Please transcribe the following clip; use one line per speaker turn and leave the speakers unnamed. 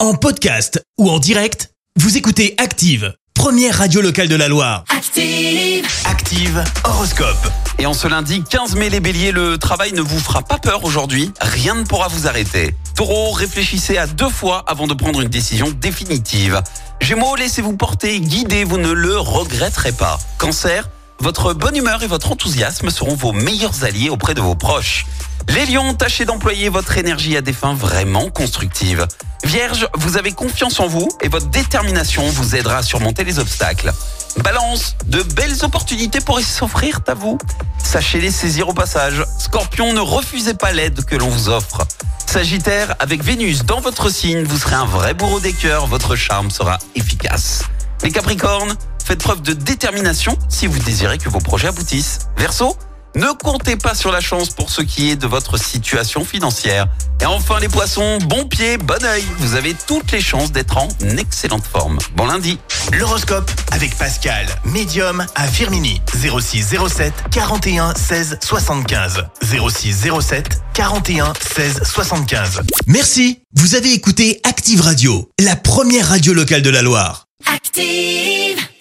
En podcast ou en direct, vous écoutez Active, première radio locale de la Loire.
Active.
Active Horoscope.
Et en ce lundi 15 mai, les béliers, le travail ne vous fera pas peur aujourd'hui. Rien ne pourra vous arrêter. Taureau, réfléchissez à deux fois avant de prendre une décision définitive. Gémeaux, laissez-vous porter, guider, vous ne le regretterez pas. Cancer, votre bonne humeur et votre enthousiasme seront vos meilleurs alliés auprès de vos proches. Les lions, tâchez d'employer votre énergie à des fins vraiment constructives. Vierge, vous avez confiance en vous et votre détermination vous aidera à surmonter les obstacles. Balance, de belles opportunités pourraient s'offrir à vous. Sachez les saisir au passage. Scorpion, ne refusez pas l'aide que l'on vous offre. Sagittaire, avec Vénus dans votre signe, vous serez un vrai bourreau des cœurs, votre charme sera efficace. Les Capricornes, faites preuve de détermination si vous désirez que vos projets aboutissent. Verseau, ne comptez pas sur la chance pour ce qui est de votre situation financière. Et enfin les poissons, bon pied, bon oeil, vous avez toutes les chances d'être en excellente forme. Bon lundi
L'horoscope avec Pascal, médium à Firmini. 06 07 41 16 75. 06 07 41 16 75. Merci, vous avez écouté Active Radio, la première radio locale de la Loire.
Active.